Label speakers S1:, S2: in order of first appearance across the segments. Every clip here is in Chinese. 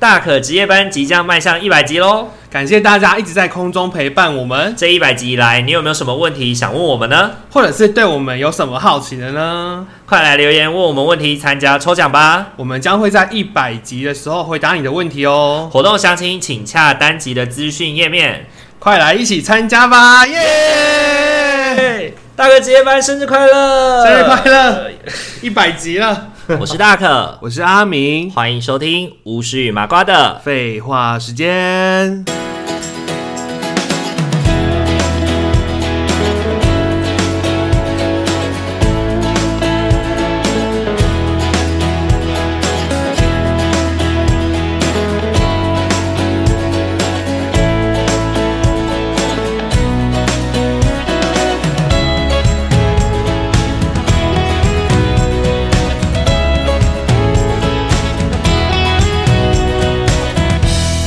S1: 大可职业班即将迈向一百集喽！
S2: 感谢大家一直在空中陪伴我们，
S1: 这一百集以来，你有没有什么问题想问我们呢？
S2: 或者是对我们有什么好奇的呢？
S1: 快来留言问我们问题，参加抽奖吧！
S2: 我们将会在一百集的时候回答你的问题哦，
S1: 活动详情请洽单集的资讯页面。
S2: 快来一起参加吧，耶！
S1: 大可职业班生日快乐！
S2: 生日快！乐，一百集了，
S1: 我是大可，
S2: 我是阿明，
S1: 欢迎收听巫师与麻瓜的。
S2: 废话时间。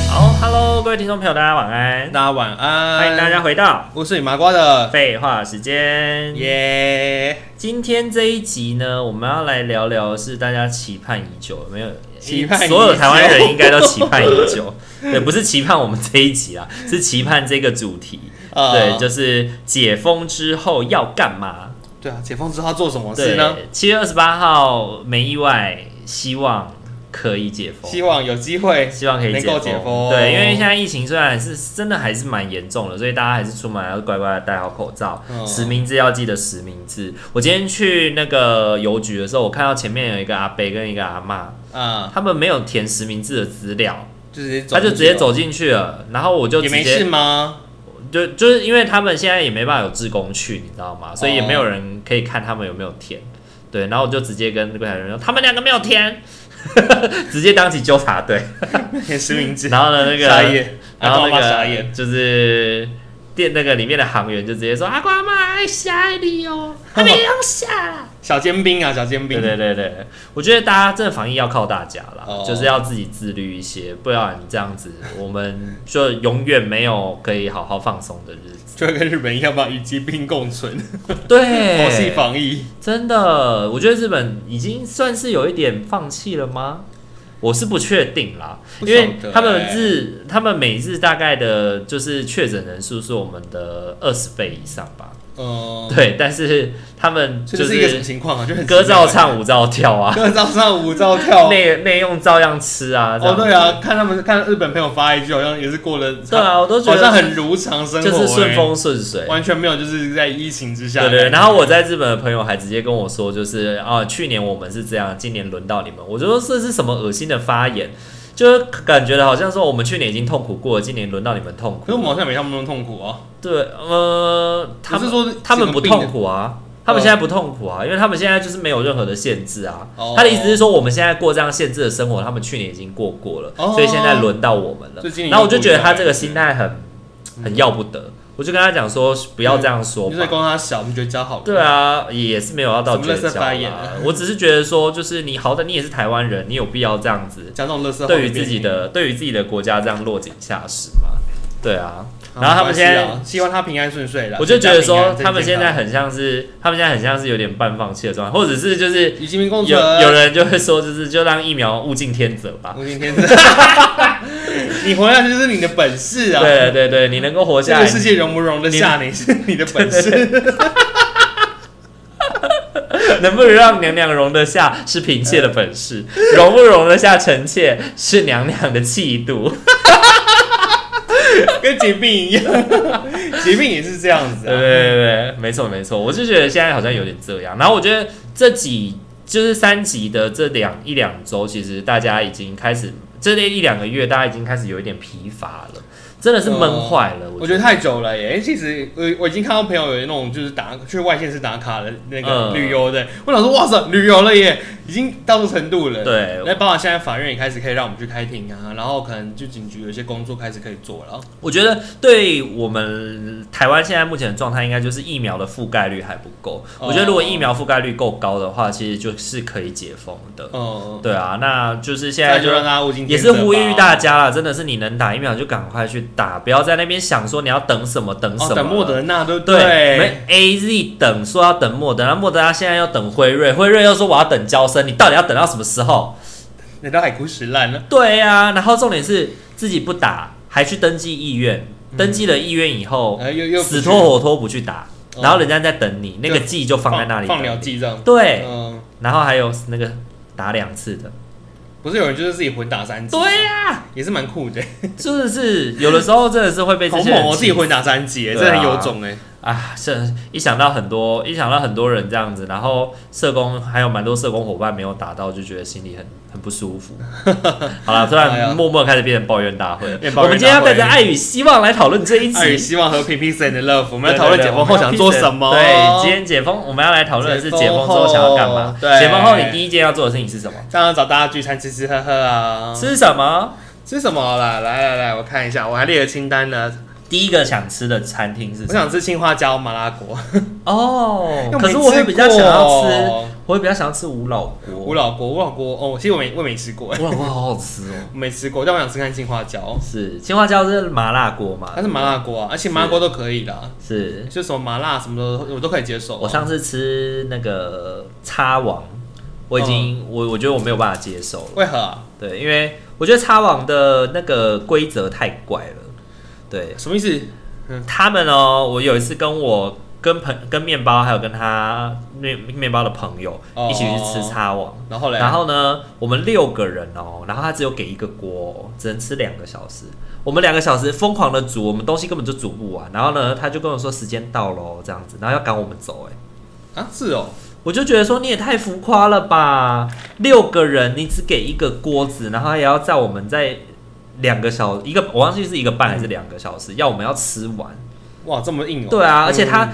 S1: 好，Hello，各位听众朋友，大家晚安，
S2: 大家晚安，
S1: 欢迎大家，回到
S2: 我是你麻瓜的，
S1: 废话时间。
S2: 耶！
S1: 今天这一集呢，我们有要来聊聊的是大家期盼已久，有没有？
S2: 期盼已久
S1: 所有台湾人应该都期盼已 久，对，不是期盼我们这一集啦，是期盼这个主题。
S2: 呃
S1: 对，就是解封之后要干嘛？
S2: 对啊，解封之后要做什么事
S1: 对
S2: 呢？，
S1: 七月二十八号没意外，希望可以解封。
S2: 希望有机会，
S1: 希望可以
S2: 能
S1: 封
S2: 够解封
S1: 对，因为现在疫情虽然是真的还是蛮严重的，所以大家还是出门要乖乖的戴好口罩，
S2: 嗯
S1: 实名制要记得实名制。我今天去那个邮局的时候，我看到前面有一个阿伯跟一个阿嬷，
S2: 啊，
S1: 他们没有填实名制的资料，
S2: 就直接走
S1: 他就直接
S2: 进去了
S1: 走进去了，然后我就
S2: 也
S1: 直
S2: 没事
S1: 接
S2: 吗？
S1: 就就是因为他们现在也没办法有志工去，你知道吗？所以也
S2: 哦
S1: 没有人可以看他们有没有填。对，然后我就直接跟柜台人说，他们两个没有填， 直接当起纠察 队。
S2: 填实名制，
S1: 然后呢，那个
S2: 傻眼，
S1: 然后
S2: 阿公
S1: 那
S2: 阿嬷傻
S1: 个
S2: 眼
S1: 就是店那个里面的行员就直接说：“阿瓜妈爱下你 哦，他没用下。
S2: 小尖兵啊，小”
S1: 对
S2: 尖兵，
S1: 对对对，我觉得大家真的防疫要靠大家啦，
S2: 哦
S1: 就是要自己自律一些，不然这样子我们就永远没有可以好好放松的日 子。
S2: 就会跟日本一样吧，与疾病共存，佛系
S1: 对，
S2: 防疫。
S1: 真的，我觉得日本已经算是有一点放弃了吗？我是不确定啦，
S2: 不
S1: 因
S2: 晓得
S1: 为他们
S2: 欸
S1: 日他们每日大概的就是确诊人数是我们的二十倍以上吧。
S2: 嗯，
S1: 对，但是他们
S2: 这
S1: 就
S2: 就是一个什么
S1: 是
S2: 情况啊？就很
S1: 歌照
S2: 奇
S1: 唱舞照跳
S2: 怪，
S1: 啊，
S2: 歌照唱，舞 照跳。
S1: 内内用照样吃啊，这
S2: 哦，
S1: 样
S2: 对啊，看他们看日本朋友发一句，好像也是过了，
S1: 对啊，我都觉
S2: 好
S1: 得
S2: 像很如常生活，欸哎
S1: 就是顺，风顺水。
S2: 完全没有就是在疫情之下。
S1: 对对，对然后我在日本的朋友还直接跟我说，就是啊，去年我们是这样，今年轮到你们。我就说这是什么恶心的发言，就是感觉好像说我们去年已经痛苦过了，今年轮到你们痛苦。
S2: 可是我们好像没他们那么痛苦啊。
S1: 对，呃，他们
S2: 是说
S1: 他们不痛
S2: 苦。
S1: 苦啊，他们现在不痛苦啊，因为他们现在就是没有任何的限制啊。
S2: 哦
S1: 他的意思是说，我们现在过这样限制的生活，他们去年已经过过了，
S2: 哦
S1: 所以现在轮到我们了
S2: 所以今。年
S1: 然后我
S2: 又
S1: 就
S2: 不
S1: 觉得
S2: 一样
S1: 他这个心态很很要不得，我就跟他讲说，不要这样说
S2: 嗯你就在
S1: 吧。
S2: 光他小，你觉得交好？
S1: 对啊，也是没有要到
S2: 什
S1: 绝
S2: 么垃圾
S1: 交
S2: 发言
S1: 啦
S2: 啊
S1: 我只是觉得说，就是你好歹你也是台湾人，你有必要这样子
S2: 讲这种乐色，
S1: 对于自己的对于自己的国家这样落井下石嘛？对啊，然后他们现在
S2: 没关系啊希望他平安顺遂啦。
S1: 我就觉得
S2: 啊全家平
S1: 说，
S2: 安
S1: 他们现在
S2: 健
S1: 很像是，他们现在很像是有点半放弃的状态，或者是就是
S2: 康与疾病共
S1: 有
S2: 存，
S1: 有人就会说，就是就让疫苗物竞天择吧。
S2: 无尽天赐， 你活下去就是你的本事啊！
S1: 对对对，你能够活
S2: 这
S1: 下来
S2: 个，世界容不容得下你 是你的本事。
S1: 能不能让娘娘容得下是嫔妾的本事，容不容得下臣妾是娘娘的气度。
S2: 跟疾病一样， 疾病也是这样子
S1: 对对
S2: 啊。
S1: 对对，没错没错，我就觉得现在好像有点这样。然后我觉得这几就是三级的这两一两周，其实大家已经开始这一两个月，大家已经开始有一点疲乏了，真的是闷坏了。
S2: 我觉得太久了耶！其实呃我我已经看到朋友有那种就是打去外县市打卡的那个
S1: 嗯
S2: 旅游的，我想说哇塞，旅游了耶，已经到这程度了。
S1: 对
S2: 那包括现在法院也开始可以让我们去开庭啊，然后可能就警局有一些工作开始可以做了。
S1: 我觉得对我们台湾现在目前的状态，应该就是疫苗的覆盖率还不够。
S2: 哦
S1: 我觉得如果疫苗覆盖率够高的话，其实就是可以解封的。
S2: 嗯，
S1: 对啊，那就是现在
S2: 那就
S1: 就
S2: 让大家物尽
S1: 也
S2: 天择
S1: 是
S2: 吧
S1: 呼吁大家啦，真的是你能打疫苗就赶快去打，不要在那边想说你要等什么等什么。
S2: 哦，等莫德纳对不
S1: 对，
S2: 对？
S1: 我们 A Z 等说要等莫德纳，莫德纳现在要等辉瑞，辉瑞又说我要等交生，你到底要等到什么时候？
S2: 人家海枯石烂了。
S1: 对呀、然后重点是自己不打，还去登记意愿，登记了意愿以后，
S2: 然后嗯又又
S1: 哦
S2: 不
S1: 死
S2: 去
S1: 拖活拖不去打，
S2: 哦
S1: 然后人家在等你，那个剂就放在那里
S2: 放
S1: 等
S2: 疗剂这样。
S1: 对，
S2: 嗯，
S1: 然后还有那个打两次的，
S2: 不是有人就是自己混打三级，
S1: 对呀、
S2: 也是蛮酷的，
S1: 真的 是有的时候真的是会被这
S2: 好
S1: 些
S2: 猛哦，
S1: 人
S2: 自己
S1: 气
S2: 混打三级，
S1: 对啊
S2: 真的很有种哎。
S1: 啊，是一想到很多，一想到很多人这样子，然后社工还有蛮多社工伙伴没有打到，就觉得心里很很不舒 服。好了，突
S2: 哎呀
S1: 然默默开始变成抱怨大会了。
S2: 变抱
S1: 我
S2: 怨
S1: 们今天
S2: 大
S1: 要
S2: 会
S1: 带着爱与希望来讨论这一
S2: 爱与
S1: 集。
S2: 希望和 P P C and Love，我
S1: 我
S2: 们要讨论解封后想做什么？
S1: 对，今天解封，我们要来讨论的是解封之后想要干嘛
S2: 解封后。对
S1: 解封后你第一件要做的事情是什么？
S2: 当然找大家聚餐吃吃喝喝啊。
S1: 吃什么？
S2: 吃什么啦？来来来，我看一下，我还列了清单呢。
S1: 第一个想吃的餐厅是
S2: 我
S1: 什么？
S2: 想吃青花椒麻辣锅，
S1: 哦，
S2: 又没
S1: 可是我会比较
S2: 吃
S1: 想
S2: 过
S1: 要吃，我会比较想要吃五老锅。
S2: 无老锅，无老锅哦，其实我没我没吃过，
S1: 五老锅好好吃哦。
S2: 我没吃过，但我想吃看青花椒，
S1: 是青花椒是麻辣锅嘛？
S2: 它是麻辣锅啊，而且麻辣锅都可以啦，
S1: 是。
S2: 就什么麻辣什么的我都可以接受啊。
S1: 我上次吃那个叉王，我已经、我我觉得我没有办法接受了。
S2: 为何啊？
S1: 对，因为我觉得叉王的那个规则太怪了。对
S2: 什么意思？
S1: 他们哦，我有一次跟我跟朋跟面包还有跟他面面包的朋友
S2: 哦
S1: 一起去吃叉王。
S2: 然后嘞？
S1: 然后呢，我们六个人哦，然后他只有给一个锅哦、只能吃两个小时。我们两个小时疯狂的煮，我们东西根本就煮不完。然后呢，他就跟我说时间到喽，这样子，然后要赶我们走、哎，
S2: 啊，是哦，
S1: 我就觉得说你也太浮夸了吧！六个人你只给一个锅子，然后也要在我们在两个小一个，我忘记是一个半还是两个小时，要我们要吃完。
S2: 哇，这么硬哦。
S1: 对啊，而且他、
S2: 嗯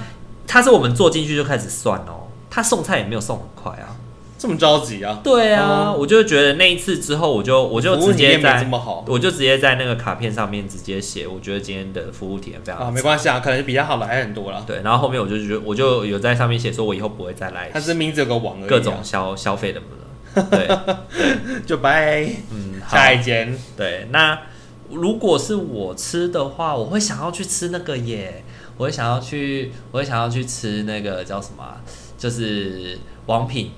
S1: 他是我们坐进去就开始算哦，他送菜也没有送很快啊。
S2: 这么着急啊，
S1: 对啊，
S2: 哦
S1: 我就觉得那一次之后，我就我就
S2: 服务
S1: 直
S2: 体验
S1: 接
S2: 没这
S1: 在，
S2: 么好
S1: 我就直接在那个卡片上面直接写，我觉得今天的服务体验非常
S2: 啊，
S1: 好。
S2: 没关系啊，可能比他好的还很多啦。
S1: 对，然后后面我就觉得，我就有在上面写说，我以后不会再来
S2: 他是名字有个王而已啊，
S1: 各种消消费的 了。对，
S2: 就拜，
S1: 嗯，好，
S2: 下一间
S1: 对，那如果是我吃的话，我会想要去吃那个耶，我会想要去，我会想要去吃那个叫什么啊、就是王品，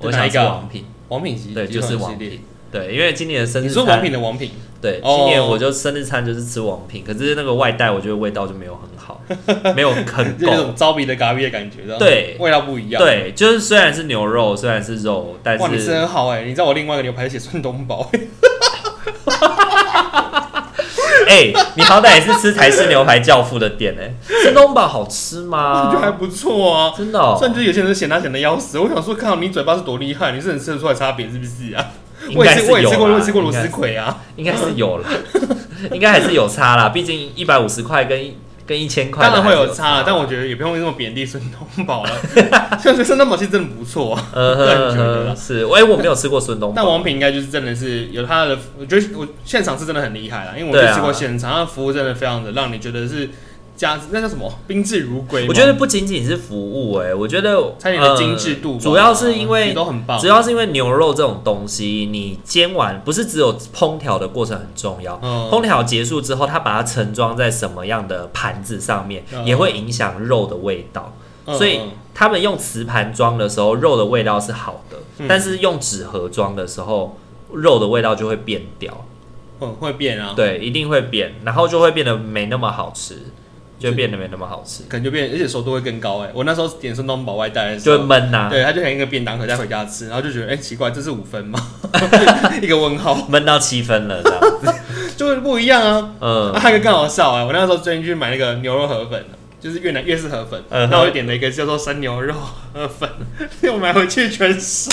S1: 我会想要吃
S2: 哪一个
S1: 王品，
S2: 王品集
S1: 对，
S2: 集
S1: 就
S2: 团
S1: 是
S2: 系
S1: 王
S2: 列
S1: 品。对，因为今年的生日
S2: 你说
S1: 餐
S2: 王品的王品，
S1: 对，
S2: 哦
S1: 今年我就生日餐就是吃王品，可是那个外带我觉得味道就没有很 好，没有很
S2: 就有
S1: 够。
S2: 种招鼻的咖喱的感觉，这样
S1: 对
S2: 味道不一样。，
S1: 对，就是虽然是牛肉，虽然是肉，但
S2: 哇，你吃得
S1: 是
S2: 很好哎，你知道我另外一个牛排写孙东
S1: 哦
S2: 宝，
S1: 哎、你好歹也是吃台式牛排教父的店哎、 孙东宝好吃
S2: 我觉得还
S1: 吗？
S2: 不错啊。
S1: 真的、哦
S2: 甚至有些人是嫌他嫌的要死，我想说，靠你嘴巴是多厉害，你是能吃得出来差别是不是啊？
S1: 应
S2: 我也
S1: 该
S2: 吃，
S1: 是
S2: 我也
S1: 有
S2: 吃过，我也
S1: 啦，
S2: 吃过
S1: 应
S2: 螺
S1: 该
S2: 蛳
S1: 是
S2: 葵啊，
S1: 应该是有啦， 应该还是有差啦，毕竟一百五十块跟一跟一千块
S2: 当然会有差
S1: 啦
S2: 了，但我觉得也不用这么贬低孙东宝了。 虽然说孙东宝其实真的不错啊，
S1: 呃
S2: 个人
S1: 呵
S2: 觉得啦
S1: 呵是，哎、我没有吃过孙东
S2: 但
S1: 宝，
S2: 王品应该就是真的是有他的，我觉得我现场是真的很厉害啦，因为我
S1: 对啊
S2: 去吃过现场，他的服务真的非常的让你觉得是家那叫什么宾至如归吗。
S1: 我觉得不仅仅是服务、哎，我觉得
S2: 餐饮的精致度吧、
S1: 呃主要是因
S2: 也
S1: 为
S2: 都很棒，
S1: 主要是因为牛肉这种东西，你煎完不是只有烹调的过程很重要，
S2: 嗯
S1: 烹调结束之后，它把它盛装在什么样的盘子上面，
S2: 嗯
S1: 也会影响肉的味道。
S2: 嗯
S1: 所以
S2: 嗯
S1: 他们用瓷盘装的时候，肉的味道是好的，
S2: 嗯
S1: 但是用纸盒装的时候，肉的味道就会变掉，
S2: 嗯会变啊，
S1: 对，一定会变，然后就会变得没那么好吃，就会变得没那么好吃，
S2: 可能就变，而且熟度会更高哎、我那时候点孙东宝外带的时
S1: 就会
S2: 候，
S1: 闷啊呐、
S2: 对，他就像一个便当盒带回家吃，然后就觉得哎、奇怪，这是五分吗？ 一个问号，
S1: 闷到七分了这样，
S2: 就会不一样啊。
S1: 嗯
S2: 啊，，还有一个更好笑啊！我那时候最近去买那个牛肉河粉，啊就是越南越式河粉，
S1: 嗯哼
S2: 那我就点了一个叫做生牛肉河粉， 我买回去全熟，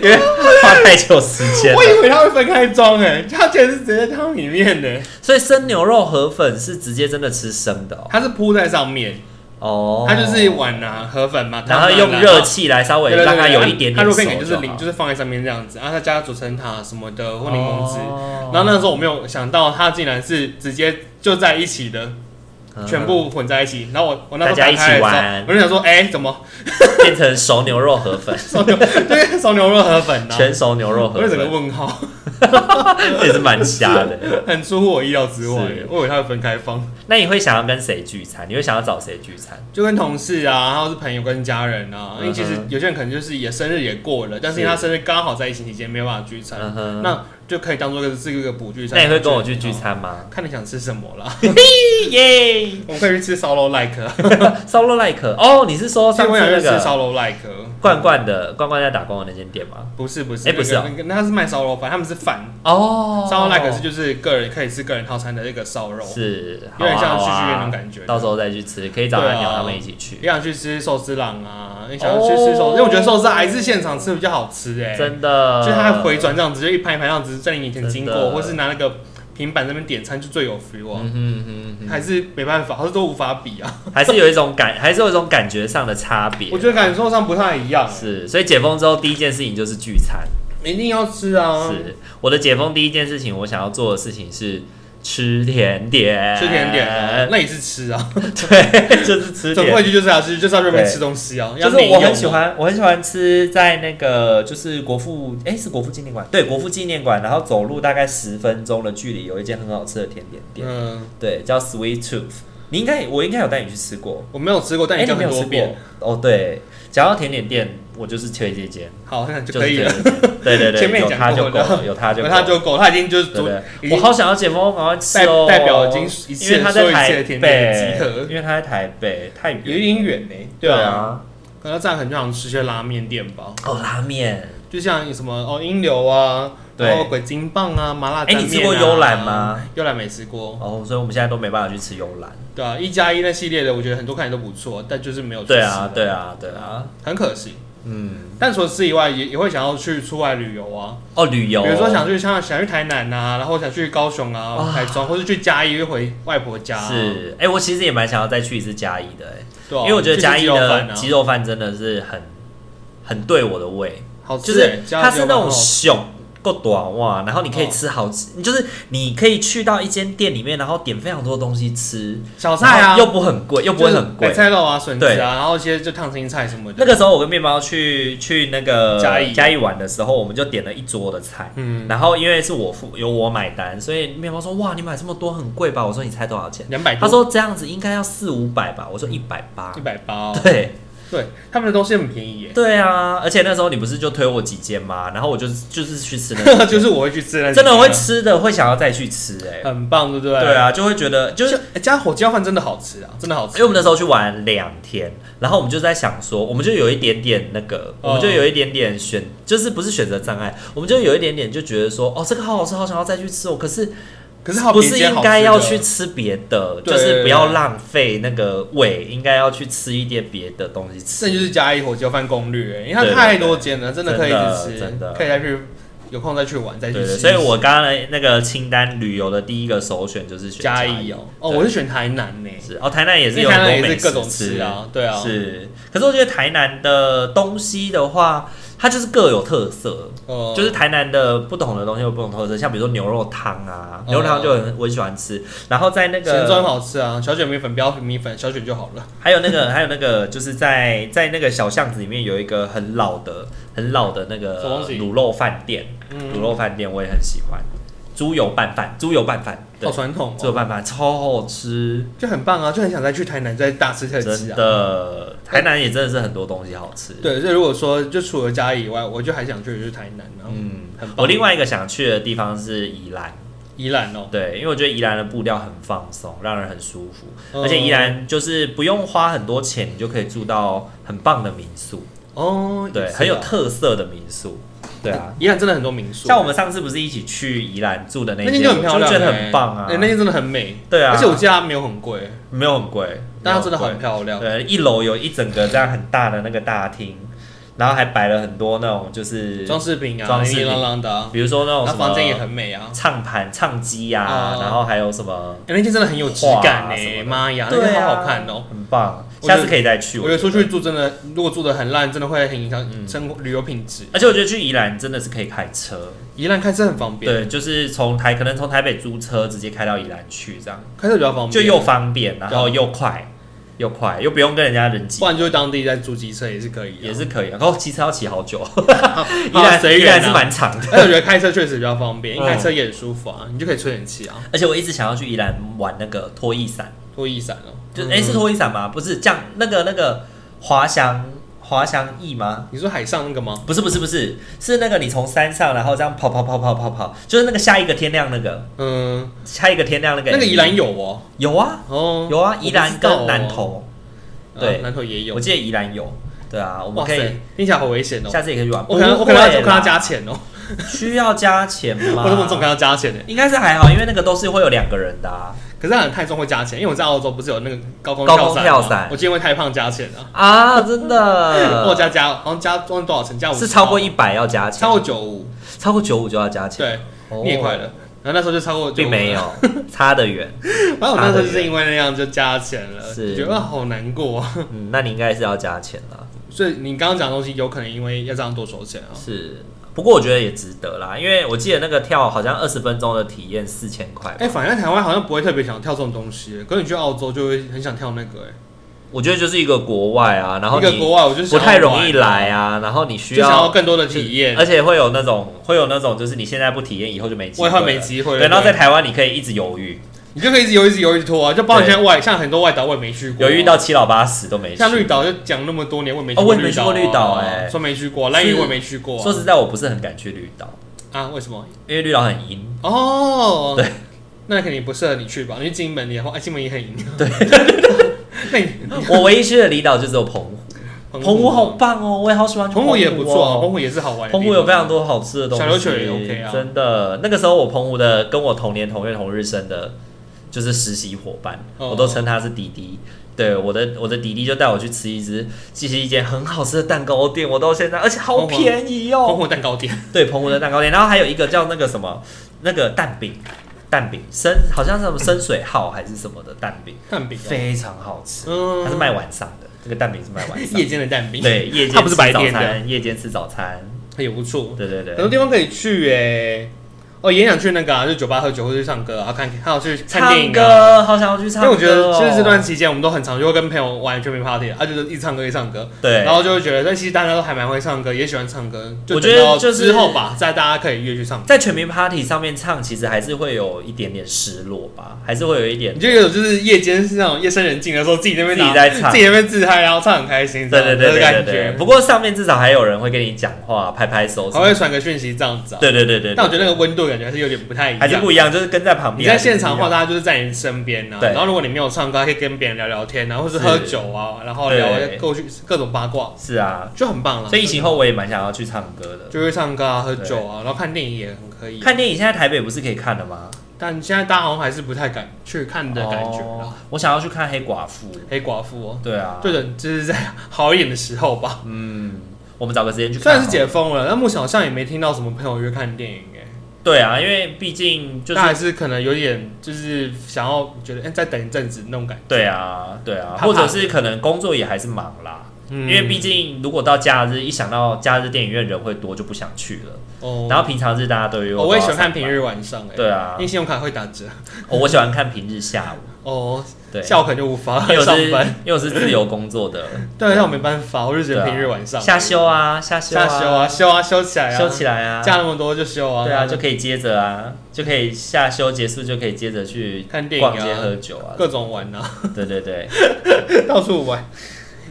S1: 因为花太久时间了
S2: 我。以为它会分开装哎、它竟然是直接在汤里面的、
S1: 所以生牛肉河粉是直接真的吃生的哦
S2: 它是铺在上面，
S1: 哦。哦，
S2: 它就是碗啊河粉嘛，
S1: 然后
S2: 汤啊
S1: 用热气来稍
S2: 对
S1: 微
S2: 对对
S1: 让它
S2: 对
S1: 有一点点
S2: 它肉
S1: 熟
S2: 片感就是
S1: 好
S2: 淋，就是放在上面这样子，然后再加煮成塔什么的或柠檬汁。
S1: 哦
S2: 然后那时候我没有想到，它竟然是直接就在一起的，
S1: 嗯
S2: 全部混在一起。然后我我那时候
S1: 大家
S2: 打开
S1: 一起
S2: 来的时候
S1: 玩
S2: 我就想说，哎、怎么
S1: 变成熟牛肉河 粉，
S2: 烧 牛对烧牛肉河粉呢、
S1: 全熟牛肉河
S2: 我就整个
S1: 粉，
S2: 问号，
S1: 也是蛮瞎的。
S2: 很出乎我意料之外
S1: 是，
S2: 我以为它会分开放，
S1: 那你会想要跟谁聚餐？你会想要找谁聚餐？
S2: 就跟同事啊，然后是朋友跟家人啊，因为其实
S1: 嗯哼
S2: 有些人可能就是也生日也过了，但是因为他生日刚好在疫情期间没有办法聚餐，
S1: 嗯哼，嗯
S2: 那就可以当做是一个补聚餐。
S1: 那你会跟我去聚？餐吗？
S2: 看你想吃什么啦，
S1: 耶，
S2: 我们可以去吃烧肉 like，啊
S1: 烧肉 like 哦，你是说上
S2: 上
S1: 次
S2: 我想
S1: 那
S2: 去吃
S1: 个
S2: 烧肉 like。啊
S1: 罐罐的罐罐在打工的那间店吗？
S2: 不是不是，
S1: 哎不是哦
S2: 那个，那他是卖烧肉饭，他们是饭，
S1: 哦，
S2: 烧肉 like 是就是个人可以吃个人套餐的那个烧肉，
S1: 是
S2: 哦有点像
S1: 好啊
S2: 去剧
S1: 好啊
S2: 院那种感觉。
S1: 到时候再去吃，可以找
S2: 对
S1: 阿
S2: 啊
S1: 鸟他们一起去。
S2: 也想去吃寿司郎啊，也想要去吃寿，司，因为我觉得寿司还是现场吃比较好吃哎、
S1: 真的，
S2: 就是它回转这样子，就一盘一盘这样子在你眼前经
S1: 真
S2: 过，
S1: 的
S2: 或是拿那个平板那边点餐就最有 feel 啊，
S1: 嗯哼嗯哼嗯
S2: 还是没办法，还是都无法比啊，
S1: 哼，还是有一种感，还是有一种感觉上的差别。
S2: 我觉得感受上不太一样，
S1: 是，所以解封之后第一件事情就是聚餐。
S2: 一定要吃啊，
S1: 是我的解封第一件事情，我想要做的事情是吃甜点，
S2: 吃甜点啊，，那也是吃啊，
S1: 对，就是吃
S2: 总
S1: 甜。
S2: 归一句就是要吃，就是要认为
S1: 对
S2: 吃东西啊，
S1: 就
S2: 要
S1: 是
S2: 没有
S1: 我很喜欢，我很喜欢吃在那个就是国父，哎、是国父纪念馆，对，国父纪念馆，然后走路大概十分钟的距离，有一间很好吃的甜点店，
S2: 嗯，
S1: 对，叫 Sweet Tooth。你应该，我应该有带你去吃过，
S2: 我没有吃过，但
S1: 诶
S2: 你讲
S1: 你没
S2: 很
S1: 有
S2: 多
S1: 吃
S2: 遍
S1: 过，哦。对，讲到甜点店，我就是推这间，
S2: 好，那就
S1: 就
S2: 可以
S1: 是
S2: 了。
S1: 推这间。对对对，
S2: 前面
S1: 有
S2: 讲
S1: 它就
S2: 过
S1: 够
S2: 了
S1: 了，有它就
S2: 有
S1: 够
S2: 他
S1: 了。
S2: 就够，他已经就是
S1: 对
S2: 主
S1: 对，
S2: 已
S1: 我
S2: 经
S1: 好想要解封，赶快吃
S2: 代
S1: 哦！
S2: 代表已经一
S1: 因为
S2: 次
S1: 他在
S2: 说一次的
S1: 台
S2: 甜点集
S1: 北，
S2: 合
S1: 因为他在台北太远，
S2: 有点远呢、
S1: 对，啊。
S2: 可能这样很就想吃些拉面店吧，
S1: 哦，拉面，
S2: 就像什么哦英流啊，
S1: 对
S2: 然后鬼金棒啊，麻辣
S1: 哎
S2: 拌面、啊。
S1: 你吃过幽兰吗？
S2: 幽兰没吃过，
S1: 哦，所以我们现在都没办法去吃游览。
S2: 对啊，一加一那系列的，我觉得很多看起来都不错，但就是没有去
S1: 对啊，
S2: 吃
S1: 对啊，对啊，
S2: 很可惜。
S1: 嗯，
S2: 但除了吃以外，也也会想要去出外旅游啊，
S1: 哦，旅游，
S2: 比如说想去像想去台南啊，然后想去高雄啊、
S1: 哇
S2: 台中，或是去嘉义回外婆家、啊。，
S1: 是，哎，我其实也蛮想要再去一次嘉义的，哎，
S2: 对、啊，
S1: 因为我觉得嘉义
S2: 去吃鸡肉饭
S1: 的
S2: 啊
S1: 鸡肉饭真的是很很对我的胃，
S2: 好吃
S1: 就
S2: 欸、
S1: 是
S2: 嘉义
S1: 它
S2: 鸡
S1: 是
S2: 肉
S1: 那
S2: 饭
S1: 种
S2: 很好吃
S1: 熊够短哇，然后你可以
S2: 哦
S1: 吃好吃，就是你可以去到一间店里面，然后点非常多东西吃，
S2: 小菜
S1: 然
S2: 啊，
S1: 后又不很贵，又不会很
S2: 北
S1: 贵。
S2: 菜肉啊、笋子
S1: 对
S2: 啊，然后一些就烫青菜什么的。
S1: 那个时候我跟面包去去那个
S2: 嘉义
S1: 嘉义玩的时候，我们就点了一桌的菜，
S2: 嗯，
S1: 然后因为是我付由我买单，所以面包说哇你买这么多很贵吧？我说你猜多少钱？
S2: 两百
S1: 他
S2: 多，
S1: 说这样子应该要四五百吧，我说一百八
S2: 一。百八，
S1: 对
S2: 对，他们的东西很便宜耶，
S1: 对啊，而且那时候你不是就推我几间吗？然后我就就是去吃那几间，
S2: 就是我会去吃那几 家，
S1: 真的会吃的会想要再去吃哎、
S2: 很棒，对不对？
S1: 对，啊，就会觉得就是。
S2: 哎，家火鸡肉饭真的好吃啊，真的好
S1: 因
S2: 吃
S1: 为我们那时候去玩两天，然后我们就在想说，我们就有一点点那个，
S2: 哦
S1: 我们就有一点点选，就是不是选择障碍，我们就有一点点就觉得说，哦，这个好好吃，好想要再去吃哦。可是
S2: 可是好
S1: 不
S2: 比一
S1: 是
S2: 间
S1: 应
S2: 好吃的
S1: 该要去吃别的，
S2: 对
S1: 就是不要浪费那个胃，应该要去吃一点别的东西吃。
S2: 这就是嘉义火鸡肉饭攻略耶，因为
S1: 对
S2: 它太多间了，真的可以一直
S1: 真的真的
S2: 吃，可以再去有空再去玩，再
S1: 对
S2: 去
S1: 对，
S2: 吃。
S1: 所以我刚刚的那个清单旅游的第一个首选就是选
S2: 嘉
S1: 义
S2: 义哦，哦，
S1: 对
S2: 我是选台南呢，
S1: 是哦，台南也是
S2: 因
S1: 有
S2: 为
S1: 很
S2: 台
S1: 多
S2: 南也
S1: 美
S2: 是
S1: 食
S2: 各种吃啊，对啊，
S1: 是，可是我觉得台南的东西的话，它就是各有特色，
S2: 呃
S1: 就是台南的不同的东西有不同的特色，像比如说牛肉汤啊，
S2: 嗯
S1: 牛肉汤就很我很喜欢吃，然后在那
S2: 咸粥
S1: 个
S2: 很好吃啊，小卷米粉不要米粉，小卷就好了。
S1: 还有那个还有那个就是在在那个小巷子里面有一个很老的很老的那
S2: 什么
S1: 个
S2: 东西
S1: 卤肉饭店，
S2: 嗯
S1: 卤肉饭店我也很喜欢，猪油拌饭，猪油拌饭，对
S2: 好，传统
S1: 猪油
S2: 哦，
S1: 拌饭超好吃，
S2: 就很棒啊，就很想再去台南再大吃特
S1: 真
S2: 吃啊。
S1: 的，台南也真的是很多东西好吃，
S2: 对，所以如果说就除了嘉义以外，我就还想去的就是台南啊，
S1: 嗯
S2: 很，棒
S1: 我另外一个想去的地方是宜兰，
S2: 宜兰哦，
S1: 对，因为我觉得宜兰的步调很放松，让人很舒服，
S2: 嗯
S1: 而且宜兰就是不用花很多钱，你就可以住到很棒的民宿，
S2: 哦，
S1: 对，
S2: 也是啊嗯
S1: 很有特色的民宿，对啊。
S2: 宜兰真的很多民宿，
S1: 像我们上次不是一起去宜兰住的那
S2: 那
S1: 间，
S2: 间就很漂亮欸，
S1: 就觉得很棒啊
S2: 对，那间真的很美，
S1: 对啊，
S2: 而且我记得它没有很贵，
S1: 没有很贵，
S2: 但它真的
S1: 没有
S2: 很
S1: 很
S2: 漂亮，
S1: 对，一楼有一整个这样很大的那个大厅，然后还摆了很多那种就是，
S2: 装饰品啊，
S1: 装饰品
S2: 琳琅琅的啊，
S1: 比如说那种
S2: 然
S1: 什
S2: 后
S1: 么
S2: 房间也很美啊，
S1: 唱盘、唱机呀、
S2: 哦
S1: 然后还有什么。
S2: 哎那间真的很有质感
S1: 画啊什么
S2: 诶，
S1: 的
S2: 妈呀，那
S1: 对
S2: 间
S1: 啊
S2: 好好看哦，
S1: 很棒。
S2: 我觉
S1: 下
S2: 得
S1: 次可以再去。嗯
S2: 我觉得出
S1: 觉
S2: 去住真的，如果住的很烂，真的会很影响生活、旅游品质。
S1: 而且我觉得去宜兰真的是可以开车，
S2: 宜兰开车很方便，
S1: 对，就是从台可能从台北租车直接开到宜兰去，这样
S2: 开车比较方便，
S1: 就又方便，然后又快，又快，又不用跟人家人挤
S2: 不，然就当地再租机车也是可以啊的。
S1: 也是可以。然后骑车要骑好久，宜
S2: 好
S1: 兰
S2: 随
S1: 宜
S2: 缘啊
S1: 兰是蛮长的。
S2: 而且我觉得开车确实比较方便，因
S1: 嗯
S2: 为开车也很舒服啊，你就可以吹冷气啊，
S1: 而且我一直想要去宜兰玩那个拖衣伞，
S2: 多一伞哦。
S1: 就哎、
S2: 嗯
S1: 是拖衣伞吗？不是，这样那个那个滑翔滑翔翼吗？
S2: 你说海上那个吗？
S1: 不是不是不是，是那个你从山上然后这样跑跑跑跑跑跑，就是那个下一个天亮那个
S2: 嗯，
S1: 下一个天亮那个
S2: 那个宜兰有哦，
S1: 有啊
S2: 哦，
S1: 有啊，
S2: 我不
S1: 宜兰
S2: 知道
S1: 跟
S2: 哦
S1: 南，投，对
S2: 啊南投也有
S1: 我。记得宜兰有，对啊，我们
S2: 哇
S1: 可以
S2: 塞，听起来好危险哦。
S1: 下次也可以去玩。
S2: 我可能我
S1: 不
S2: 可
S1: 会
S2: 能要
S1: 啦
S2: 我可能要加钱哦，
S1: 需要加钱吗？
S2: 我怎么总可能要加钱呢？ 欸
S1: 应该是还好，因为那个都是会有两个人的啊。
S2: 可是很太重会加钱，因为我在澳洲不是有那个高空
S1: 高
S2: 跳
S1: 空
S2: 伞
S1: 跳
S2: 吗
S1: 伞
S2: 我今天会太胖加钱啊，
S1: 啊，真
S2: 我
S1: 的
S2: 加加好像加忘了多少钱，加五
S1: 是超过一百要加钱，
S2: 超过九五，
S1: 超过九五就要加钱，
S2: 对，
S1: 哦
S2: 你也快了。然后那时候就超过95
S1: 并没
S2: 了，
S1: 有 差得远。
S2: 反正我那时候就是因为那样就加钱了，
S1: 是
S2: 觉得好难过啊。
S1: 嗯，那你应该是要加钱了。
S2: 所以你刚刚讲的东西有可能因为要这样多收钱啊。
S1: 是，不过我觉得也值得啦，因为我记得那个跳好像二十分钟的体验四千块吧，
S2: 哎、反正台湾好像不会特别想跳这种东西，可是你去澳洲就会很想跳那个、
S1: 我觉得就是一个国外啊，然
S2: 哎，
S1: 后
S2: 一个国
S1: 你
S2: 外我就
S1: 不
S2: 想要
S1: 太容易
S2: 玩，
S1: 来啊，然后你需
S2: 就想要
S1: 要，
S2: 更多的体验，
S1: 而且会有那种会有那种就是你现在不体验，以后就没机
S2: 我
S1: 会
S2: 以后
S1: 了，
S2: 没机会了。
S1: 对，然后在
S2: 对
S1: 台湾你可以一直犹豫，
S2: 你就可以一直游一直游一直拖啊，就包括现在外像很多外岛我也没去过啊，
S1: 犹豫到七老八十都没去。
S2: 像绿岛就讲那么多年我也没
S1: 哦我也没
S2: 绿
S1: 去
S2: 岛、
S1: 过
S2: 啊，
S1: 绿岛哎
S2: 说没去过，蓝屿
S1: 是
S2: 我也没去过啊、
S1: 说实在，我不是很敢去绿岛，
S2: 啊，为什么？
S1: 因为绿岛很 阴。
S2: 哦，
S1: 对，
S2: 那肯定不适合你去吧？你去金门，然后哎，金门也很阴，对， 那你
S1: 我唯一去的离岛就只有澎湖， 澎湖好，棒哦，我也好喜欢去
S2: 澎湖也不错啊，澎
S1: 哦。
S2: 湖也是好玩的地方，
S1: 澎湖有非常多好吃的东西，
S2: 小琉球也 OK 啊
S1: 真的。那个时候我澎湖的跟我同年同月同日生的，就是实习伙伴，
S2: 哦
S1: 我都称他是弟弟。对，我的我的弟弟就带我去吃一只，其实一间很好吃的蛋糕店，我到现在，而且好
S2: 澎湖
S1: 便宜
S2: 澎
S1: 哦。
S2: 湖蛋糕店，
S1: 对，澎湖的蛋糕店，然后还有一个叫那个什么那个蛋饼，蛋饼深好像是什么深水号还是什么的蛋饼，
S2: 蛋饼哦，
S1: 非常好吃，
S2: 嗯
S1: 它是卖晚上的，这个蛋饼是卖晚上
S2: 夜。间的蛋饼，，
S1: 对，夜间
S2: 它不是
S1: 吃
S2: 白
S1: 早
S2: 天的
S1: 餐，夜间吃早餐，
S2: 也不错，
S1: 对对
S2: 很多
S1: 对。
S2: 地方可以去诶。哦，也想去那个啊，就酒吧喝酒或者去唱歌啊，还看还有去看电
S1: 唱
S2: 影啊。
S1: 歌，好想要去
S2: 因
S1: 唱歌哦。
S2: 为我觉得就是这段期间，我们都很常就会跟朋友玩全民 party，啊，就是一直唱歌一直唱歌，
S1: 对，
S2: 然后就会觉得，但其实大家都还蛮会唱歌，也喜欢唱歌。就
S1: 我觉得
S2: 等到
S1: 就是
S2: 之后吧，再大家可以约去唱歌。
S1: 在全民 Party 上面唱，其实还是会有一点点失落吧，还是会有一点
S2: 你。就有种就是夜间是那种夜深人静的时候，自己那边
S1: 自己
S2: 拿
S1: 在唱
S2: 自己那边自嗨，然后唱很开心，
S1: 对对对
S2: 这
S1: 对
S2: 样
S1: 对
S2: 子的
S1: 对。
S2: 感
S1: 不过上面至少还有人会跟你讲话，拍拍手
S2: 觉，
S1: 什
S2: 还
S1: 么的。
S2: 会传个讯息这样子啊。
S1: 对对对对。
S2: 但我觉得那
S1: 对
S2: 个温度感觉还是有点不太一样，
S1: 还是不一样，就是跟在旁
S2: 你
S1: 边还
S2: 在
S1: 是不一样。
S2: 现场的话，大家就是在你身边啊。
S1: 对
S2: 然后如果你没有唱歌，还可以跟别人聊聊天啊，或是喝酒啊，然后聊
S1: 对
S2: 各种各种八卦，
S1: 是啊，
S2: 就很棒了。
S1: 所以疫情后我也蛮想要去唱歌的。
S2: 就会唱歌啊，喝酒啊，然后看电影也很可以。啊
S1: 看电影现在台北不是可以看了吗？
S2: 但现在大家好像还是不太敢去看的感觉
S1: 哦
S2: 了。
S1: 我想要去看黑寡妇。
S2: 黑寡妇哦，
S1: 对啊，
S2: 就等就是在好一点的时候吧。
S1: 嗯，我们找个时间去看。
S2: 虽然是解封了，但目前好像也没听到什么朋友约看电影哎、
S1: 对啊，因为毕竟就是
S2: 那还是可能有点就是想要觉得哎、再等一阵子那种感觉，
S1: 对啊，对啊，
S2: 怕怕
S1: 或者是可能工作也还是忙啦。
S2: 嗯
S1: 因为毕竟，如果到假日，一想到假日电影院人会多，就不想去了。
S2: 哦，
S1: 然后平常日大家都有，
S2: 哦我也喜
S1: 都要上
S2: 欢看
S1: 班
S2: 平，日晚上哎、
S1: 对啊
S2: 因为信用卡会打折
S1: 哦我喜欢看平日下午，
S2: 哦，
S1: 对，
S2: 下午可能就无法
S1: 因为我是
S2: 上班，
S1: 因为我是自由工作的，
S2: 对，啊那我没办法，我就觉
S1: 对
S2: 得
S1: 啊
S2: 平日晚 上、
S1: 下休啊，下休
S2: 下休啊，休啊休起来啊，
S1: 休起来啊，
S2: 假那么多就休啊，
S1: 对啊，就可以接着啊，就可以下休结束就可以接着去
S2: 看电影
S1: 逛街
S2: 啊
S1: 喝酒啊，
S2: 各种玩啊，
S1: 对对对，
S2: 到处玩，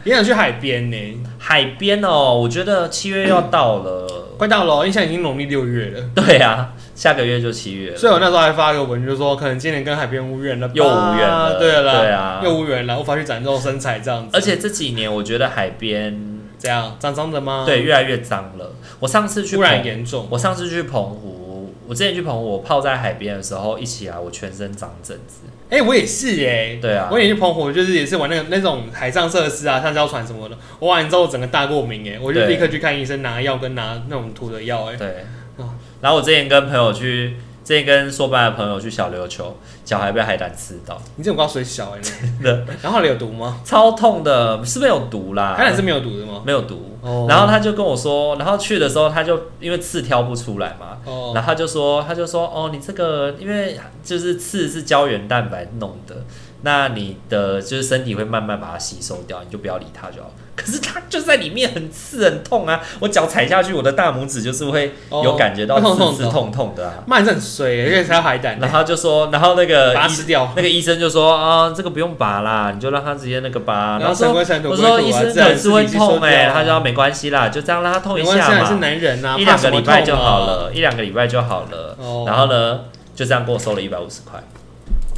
S2: 也想去海边呢、
S1: 海边哦，我觉得七月要到 了，
S2: 快到了哦，因为现在已经农历六月了。
S1: 对啊，下个月就七月了，
S2: 所以我那时候还发个文，就说可能今年跟海边无缘了吧，
S1: 又无缘了
S2: 对啦，
S1: 对啊
S2: 又无缘了，无法去展露身材这样子，
S1: 而且这几年我觉得海边
S2: 这样脏脏的吗？
S1: 对，越来越脏了，我上次去
S2: 污
S1: 澎
S2: 染严重，
S1: 我上次去澎湖，我之前去澎湖，我泡在海边的时候，一起来啊我全身长疹子。
S2: 哎、我也是哎、
S1: 对啊
S2: 我也去澎湖，就是也是玩那个那种海上设施啊，橡胶船什么的，我玩完之后整个大过敏哎、我就
S1: 对
S2: 立刻去看医生拿药跟拿那种涂的药哎、
S1: 对
S2: 哦，
S1: 然后我之前跟朋友去之前跟硕班的朋友去小琉球，脚还被海胆刺到，
S2: 你这种瓜 水小哎、欸，
S1: 真的
S2: 然后你有毒吗？
S1: 超痛的，是没有毒啦，
S2: 海胆是没有毒的吗？
S1: 没有毒。
S2: 哦
S1: 然后他就跟我说，然后去的时候他就因为刺挑不出来嘛，
S2: 哦，
S1: 然后他就说，他就说，哦，你这个因为就是刺是胶原蛋白弄的，那你的就是身体会慢慢把它吸收掉，你就不要理它就好了。 可是它就在里面很刺很痛啊，我脚踩下去，我的大拇指就是会有感觉到
S2: 哦痛痛
S1: 刺刺
S2: 的
S1: 痛痛的啊。
S2: 妈，你这很衰、欸，因为才海胆、
S1: 然后他就说，然后那个
S2: 把它
S1: 医
S2: 吃掉。
S1: 那个医生就说啊、这个不用拔啦，你就让他直接那个拔。啊
S2: 然
S1: 然
S2: 后
S1: 后
S2: 神
S1: 说，
S2: 龟神土
S1: 我
S2: 龟土
S1: 说
S2: 啊
S1: 医生
S2: 自然
S1: 可是会
S2: 自己吸收
S1: 痛哎、
S2: 掉啊
S1: 他就说没关系啦，就这样让他痛一
S2: 没关系啊
S1: 下
S2: 你是
S1: 嘛，
S2: 男人啊，
S1: 一
S2: 怕
S1: 两
S2: 什
S1: 个
S2: 么
S1: 礼拜就
S2: 痛啊
S1: 好。了，一两个礼拜就好了。
S2: 哦，
S1: 然后呢，就这样跟我收了一百五十块，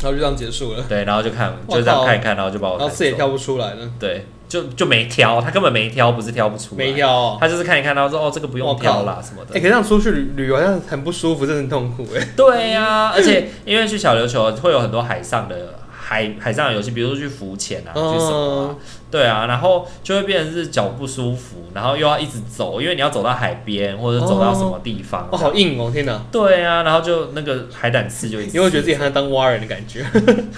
S2: 然后就这样结束了，
S1: 对，然后就看
S2: 我靠
S1: 就这样看一看，然后就把我
S2: 然
S1: 赶
S2: 后
S1: 走
S2: 刺也挑不出来了，
S1: 对，就就没挑，他根本没挑，不是挑不出来，
S2: 没挑、哦。
S1: 他就是看一看，然后说哦这个不
S2: 我
S1: 用
S2: 靠
S1: 挑啦什么的，
S2: 哎、可是这样出去旅旅游好像很不舒服，真的很痛苦哎、
S1: 对呀、而且因为去小琉球会有很多海上的海海上的游戏，比如说去浮潜啊，去什么啊
S2: 嗯，
S1: 对啊，然后就会变成是脚不舒服，然后又要一直走，因为你要走到海边或者走到什么地方，
S2: 哦，好硬哦，天哪！
S1: 对啊，然后就那个海胆刺就一直
S2: 你会觉得自己好像当蛙人的感觉，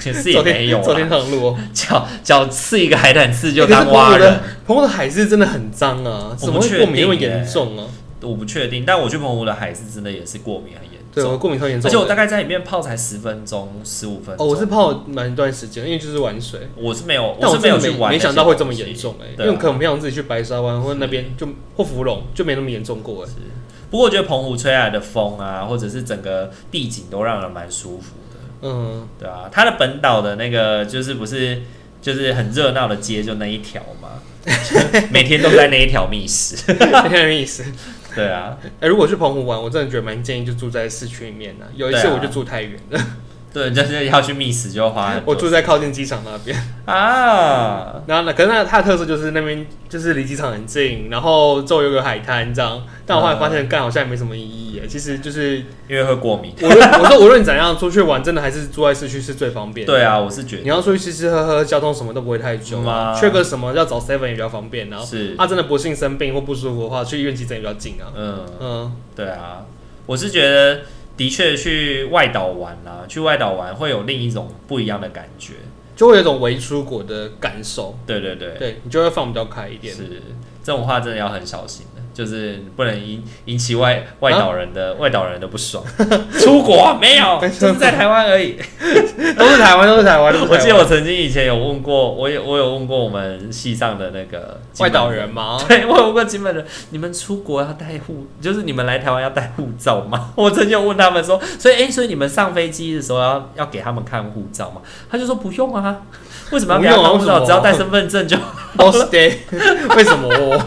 S1: 刺 也是也没有啊
S2: 走天
S1: 啦，
S2: 堂 路哦。
S1: 脚脚刺一个海胆刺就
S2: 欸可是
S1: 当蛙人。
S2: 澎湖的澎湖的海是真的很脏啊，
S1: 我
S2: 怎
S1: 不
S2: 么会
S1: 确
S2: 过敏那么
S1: 定欸
S2: 严重啊？
S1: 我不确定，但我去澎湖的海是真的也是过敏很严
S2: 对，我
S1: 重，
S2: 过敏超严重
S1: 而
S2: 的。
S1: 且我大概在里面泡才十分钟、十五分钟。
S2: 哦，我是泡蛮一段时间，因为就是玩水，
S1: 我是没有，
S2: 但
S1: 是没
S2: 我真
S1: 有
S2: 的
S1: 去
S2: 没
S1: 玩那些东西，
S2: 没想到会这么严重哎、欸，因
S1: 对啊
S2: 为我可能平常自己去白沙湾或那边就或芙蓉就没那么严重过哎、
S1: 不过我觉得澎湖吹来的风啊，或者是整个地景都让人蛮舒服的，
S2: 嗯，
S1: 对啊。它的本岛的那个就是不是就是很热闹的街就那一条嘛， 每天都在那一条觅食，
S2: 有点意思。
S1: 对啊，
S2: 哎、如果去澎湖玩，我真的觉得蛮建议就住在市区里面的、有一次
S1: 对啊
S2: 我就住太远了，
S1: 对，就是要去觅食就花很多
S2: 我住在靠近机场那边。
S1: 啊，
S2: 然后呢，可是那它的特色就是那边就是离机场很近，然后周围有个海滩这样。但我后来发
S1: 嗯
S2: 现，干、好像也没什么意义耶。其实就是
S1: 因为会过敏。
S2: 无论我说无论怎样出去玩，真的还是住在市区是最方便。
S1: 对，啊，我是觉
S2: 你要出去吃吃喝喝，交通什么都不会太久
S1: 嗯啊
S2: 啊，缺个什么要找 seven 也比较方便。然
S1: 得
S2: 后
S1: 是，
S2: 啊，真的不幸生病或不舒服的话，去医院急诊也比较近啊。
S1: 嗯。
S2: 嗯，
S1: 对啊，我是觉得的确去外岛玩啊，去外岛玩会有另一种不一样的感觉。
S2: 就会有一种为出国的感受，
S1: 对对对，
S2: 对你就会放比较开一点。
S1: 是这种话真的要很小心的，就是不能引引起外外岛人
S2: 啊
S1: 的、外岛人的不爽。 出国没 有，就是在台湾而已。
S2: 都是台湾，都是 台湾，都是台
S1: 我
S2: 湾。
S1: 记得我曾经以前有问过，我有我有问过我们系上的那个金
S2: 外
S1: 门
S2: 岛人。嘛，
S1: 对，我有问过金门人，你们出国要带护，就是你们来台湾要带护照吗？ 我曾经有问他们说，所以哎、诶所以你们上飞机的时候要要给他们看护照吗？他就说不用啊，为什么要给他
S2: 不用啊
S1: 看护照？
S2: 为什么
S1: 只要带身份 证就。好。
S2: 都 stay。为 什么我？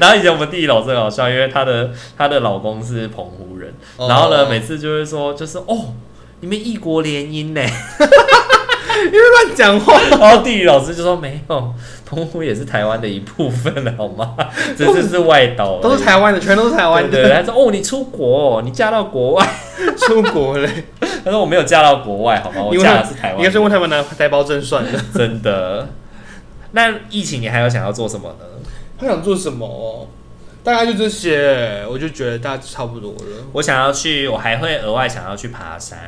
S1: 然后以前我们地理老师很好笑，因为她的她的老公是澎湖人，然后呢，
S2: 哦
S1: 每次就会说，就是哦。你们异国联姻 呢？
S2: 乱讲话，
S1: 然后地理老师就说没有，澎湖也是台湾的一部分，好吗？ 只是是外岛而已，
S2: 都是台湾的，全都是台湾
S1: 对对，
S2: 的，
S1: 他说哦，你出国、哦，你嫁到国外。
S2: 出国了。
S1: 他说我没有嫁到国外，好吗？我
S2: 你问
S1: 嫁
S2: 他
S1: 的是台
S2: 你
S1: 湾
S2: 要哦是，问他们拿台胞证算的。
S1: 真的。那疫情你还有想要做什么呢？
S2: 他想做什么、哦？大概就这些，我就觉得大家差不多了。
S1: 我想要去，我还会额外想要去爬山，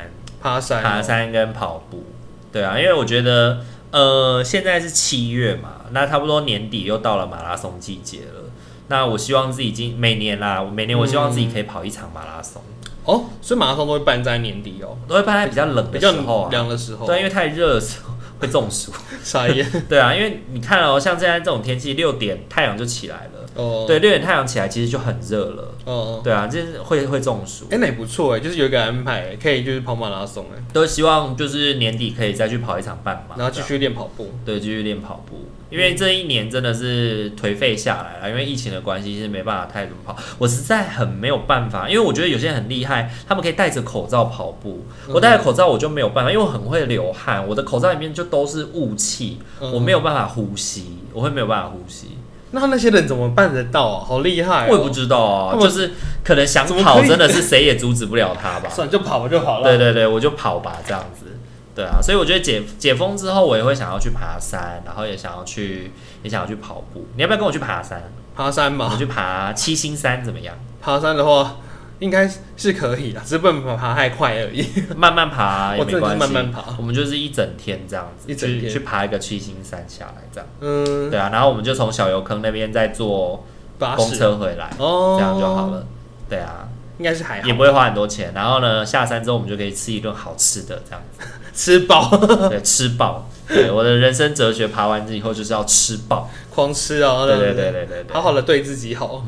S2: 爬山、哦
S1: 爬，山跟跑步。对啊，因为我觉得，呃，现在是七月嘛，那差不多年底又到了马拉松季节了。那我希望自己今每年啦，每年我希望自己可以跑一场马拉松，
S2: 哦，所以马拉松都会办在年底哦，
S1: 都会办在比较冷
S2: 比
S1: 的
S2: 较
S1: 时候啊，
S2: 凉的时候。
S1: 对，因为太热的时候会中暑。
S2: 傻眼
S1: 对啊，因为你看哦，像现在这种天气，六点太阳就起来了。
S2: 哦，
S1: 对，六点太阳起来其实就很热了。
S2: 哦，
S1: 对啊，就是会会中暑
S2: 哎、。那也不错哎，就是有一个安排，可以就是跑马拉松哎，
S1: 都希望就是年底可以再去跑一场半马，
S2: 然后继
S1: 这样
S2: 续练跑步。
S1: 对继续练跑步，因为这一年真的是颓废下来了，因为疫情的关系是没办法太轮跑。我实在很没有办法，因为我觉得有些人很厉害，他们可以戴着口罩跑步，
S2: 嗯
S1: 我戴着口罩我就没有办法，因为我很会流汗，我的口罩里面就都是雾气，
S2: 嗯
S1: 我没有办法呼吸，我会没有办法呼吸。
S2: 那那些人怎么办得到啊？好厉害、哦！
S1: 我也不知道啊，
S2: 他们
S1: 就是可能想
S2: 怎么
S1: 跑，
S2: 可以
S1: 真的是谁也阻止不了他 吧。
S2: 算了，就跑就好了。
S1: 对对对，我就跑吧，这样子。对啊，所以我觉得解解封之后，我也会想要去爬山，然后也想要去，也想要去跑
S2: 哦
S1: 步。你要不要跟我去爬山？
S2: 爬山
S1: 我
S2: 嘛
S1: 们，去爬七星山怎么样？
S2: 爬山的话，应该是可以啊的，只是不能爬太快而已。
S1: 慢慢爬也
S2: 我
S1: 没
S2: 真的
S1: 关
S2: 是
S1: 系，
S2: 慢慢爬。
S1: 我们就是一整天这样子，
S2: 一整
S1: 去
S2: 天
S1: 去爬一个七星山下来这样。
S2: 嗯，
S1: 对啊，然后我们就从小油坑那边再坐
S2: 八
S1: 公
S2: 十
S1: 车回来，
S2: 哦，
S1: 这样就好，了。对啊，
S2: 应该是还好
S1: 也，不会花很多钱。然后呢，下山之后我们就可以吃一顿好吃的，这样子，
S2: 吃饱
S1: 对，吃爆。对，我的人生哲学，爬完以后就是要吃爆。
S2: 狂吃哦，
S1: 对对
S2: 这
S1: 对
S2: 样子
S1: 对对对。
S2: 好好的对自己好，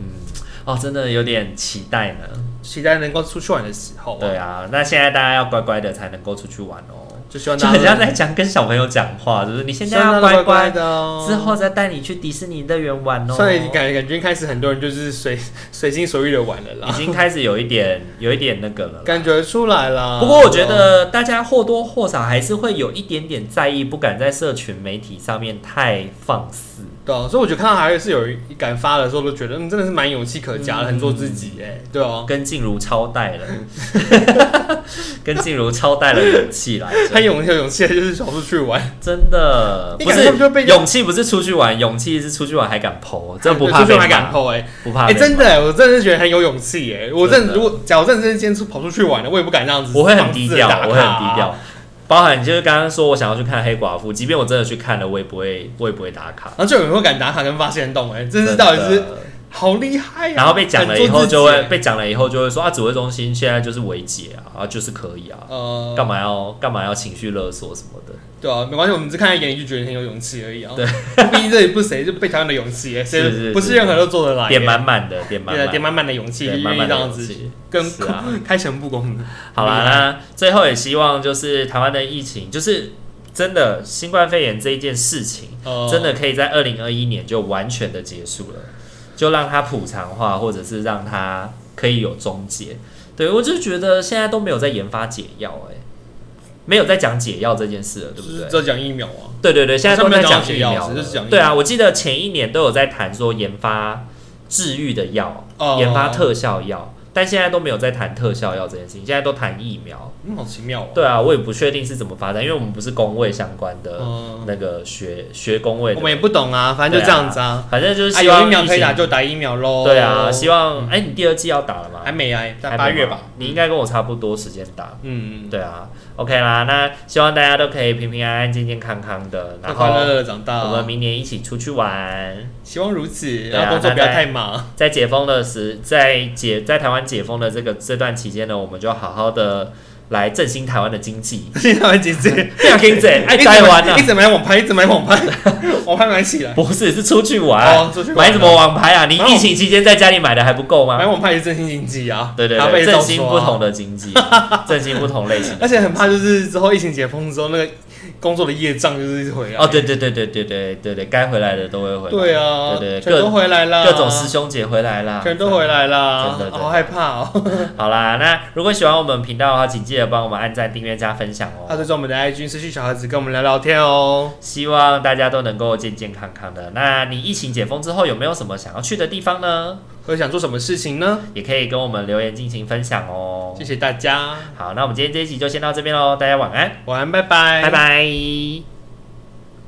S1: 哦，真的有点期待呢。
S2: 期待能够出去玩的时候，
S1: 对啊，那现在大家要乖乖的才能够出去玩哦。
S2: 就希望
S1: 就
S2: 大
S1: 很
S2: 家
S1: 像在讲跟小朋友讲话，就是你现在
S2: 希望
S1: 要
S2: 大家
S1: 乖
S2: 乖
S1: 乖，
S2: 的哦，
S1: 之后再带你去迪士尼乐园玩哦。
S2: 所以感感觉一开始很多人就是随随心所欲的玩了
S1: 已
S2: 啦，
S1: 经开始有一点有一点那个了啦。啊哦
S2: 感觉出来啊啦。
S1: 不过我觉得大家或多或少还是会有一点点在意，不敢在社群媒体上面太放肆。
S2: 对啊，所以我觉得看到还是有人敢发的时候，都觉得嗯，真的是蛮勇气可嘉的，
S1: 嗯
S2: 很做自己哎、对哦、
S1: 跟静茹超带了， 跟静茹超带了勇气 来着，
S2: 很勇有勇气的就是想出去玩，
S1: 真的
S2: 你
S1: 不
S2: 感
S1: 是
S2: 觉就被
S1: 勇气，不是出去玩，勇气是出去玩还敢 剖，真的不怕
S2: 出去
S1: 被
S2: 玩还敢
S1: 骂，
S2: 抛哎、欸，
S1: 不怕
S2: 哎、
S1: 被
S2: 真的、欸，我真的是觉得很有勇气哎、我真
S1: 真
S2: 的
S1: 的
S2: 如果假如真的是今天出跑出去玩了，我也不敢这样子，
S1: 我会很低调，我会很低。
S2: 啊
S1: 调。包含就是刚刚说我想要去看黑寡妇，即便我真的去看了，我也不会，我也不会打卡。
S2: 然后就有人会敢打卡跟发现洞哎、真是
S1: 真
S2: 到底是
S1: 的
S2: 好厉害呀、
S1: 然后被讲了以后
S2: 很
S1: 就
S2: 做自己
S1: 会
S2: 欸
S1: 被讲了以后就会说啊，指挥中心现在就是维解啊，啊就是可以啊，
S2: 呃
S1: 干嘛要干嘛要情绪勒索什么的？
S2: 对啊，没关系，我们只看在眼里就觉得很有勇气而已啊。对，毕竟这里不是谁就被台湾的勇气欸，
S1: 是是
S2: 谁不
S1: 是
S2: 是任何都做得来欸，
S1: 点满满的，点满
S2: 对
S1: 满
S2: 啊，点
S1: 的。
S2: 满满的勇气，
S1: 对
S2: 愿
S1: 满
S2: 意
S1: 满的
S2: 让
S1: 勇
S2: 自
S1: 气
S2: 己跟
S1: 是啊
S2: 开诚布公的。
S1: 好啦，那最后也希望就是台湾的疫情，就是真的新冠肺炎这一件事情，
S2: 呃
S1: 真的可以在二零二一年就完全的结束了，就让它普常化，或者是让它可以有终结。对我就觉得现在都没有在研发解药、欸，没有在讲解药这件事了，对
S2: 就
S1: 不
S2: 是
S1: 对？
S2: 只讲疫苗啊，
S1: 对对对，现在都在讲疫苗
S2: 好像没有讲解药只是讲疫苗
S1: 对啊，我记得前一年都有在谈说研发治愈的药，
S2: 哦
S1: 研发特效药，但现在都没有在谈特效药这件事情，现在都谈疫苗。
S2: 嗯，好奇妙哦。
S1: 对啊，我也不确定是怎么发展，因为我们不是工位相关的
S2: 嗯，
S1: 那个学、学工位
S2: 我
S1: 的，
S2: 们也不懂啊，反正就这样子啊。
S1: 反正就是
S2: 啊，
S1: 希望
S2: 有疫苗可以打
S1: 情
S2: 就打疫苗喽。
S1: 对啊，希望哎、你第二季要打了吗？
S2: 还没啊，在
S1: 还没
S2: 八月
S1: 吗
S2: 吧。
S1: 你应该跟我差不多时间打。
S2: 嗯，
S1: 对啊，OK 啦，那希望大家都可以平平安安、健健康康的，
S2: 快
S1: 然
S2: 快乐
S1: 后
S2: 乐地长大啊
S1: 我。们明年一起出去玩。
S2: 希望如此，
S1: 对啊
S2: 然后工作
S1: 那
S2: 不要
S1: 在
S2: 太忙。，
S1: 在解封的时，在解在台湾解封的这个这段期间呢，我们就好好的来振兴台湾的经济
S2: 现在 蛮紧张，
S1: 不要跟着爱
S2: 啊 一直
S1: 台湾
S2: 买
S1: 啊
S2: 一，直买网拍，一直买网拍， 网拍买起来。
S1: 不是是出去玩，
S2: 哦出去玩
S1: 买什么网拍啊？你
S2: 买网
S1: 疫情期间在家里买的还不够
S2: 买
S1: 吗？
S2: 网拍也是振兴经济啊，
S1: 对对
S2: 咖
S1: 对，
S2: 啡
S1: 振
S2: 照
S1: 兴
S2: 说啊
S1: 不同，的经 济啊，振兴不同类型的
S2: 而且很怕就是之后疫情解封之后，那个工作的业障就是一直回来。
S1: 哦，对对对对对对对对，该回来的都会回来，
S2: 对啊，
S1: 对对
S2: 全都
S1: 各
S2: 回来啦，
S1: 各种啊师兄姐回来啦，
S2: 全都回来啦
S1: 真的真，的
S2: 好害怕哦。
S1: 好啦，那如果喜欢我们频道的话，请记得帮我们按赞、订阅、加分享哦。
S2: 那最终我们的 IG 失去小孩子跟我们聊聊天哦。
S1: 希望大家都能够健健康康的。那你疫情解封之后有没有什么想要去的地方呢？
S2: 会想做什么事情呢？
S1: 也可以跟我们留言进行分享哦
S2: 谢。谢大家，
S1: 好，那我们今天这一集就先到这边喽，大家晚安，
S2: 晚安，拜拜，
S1: 拜拜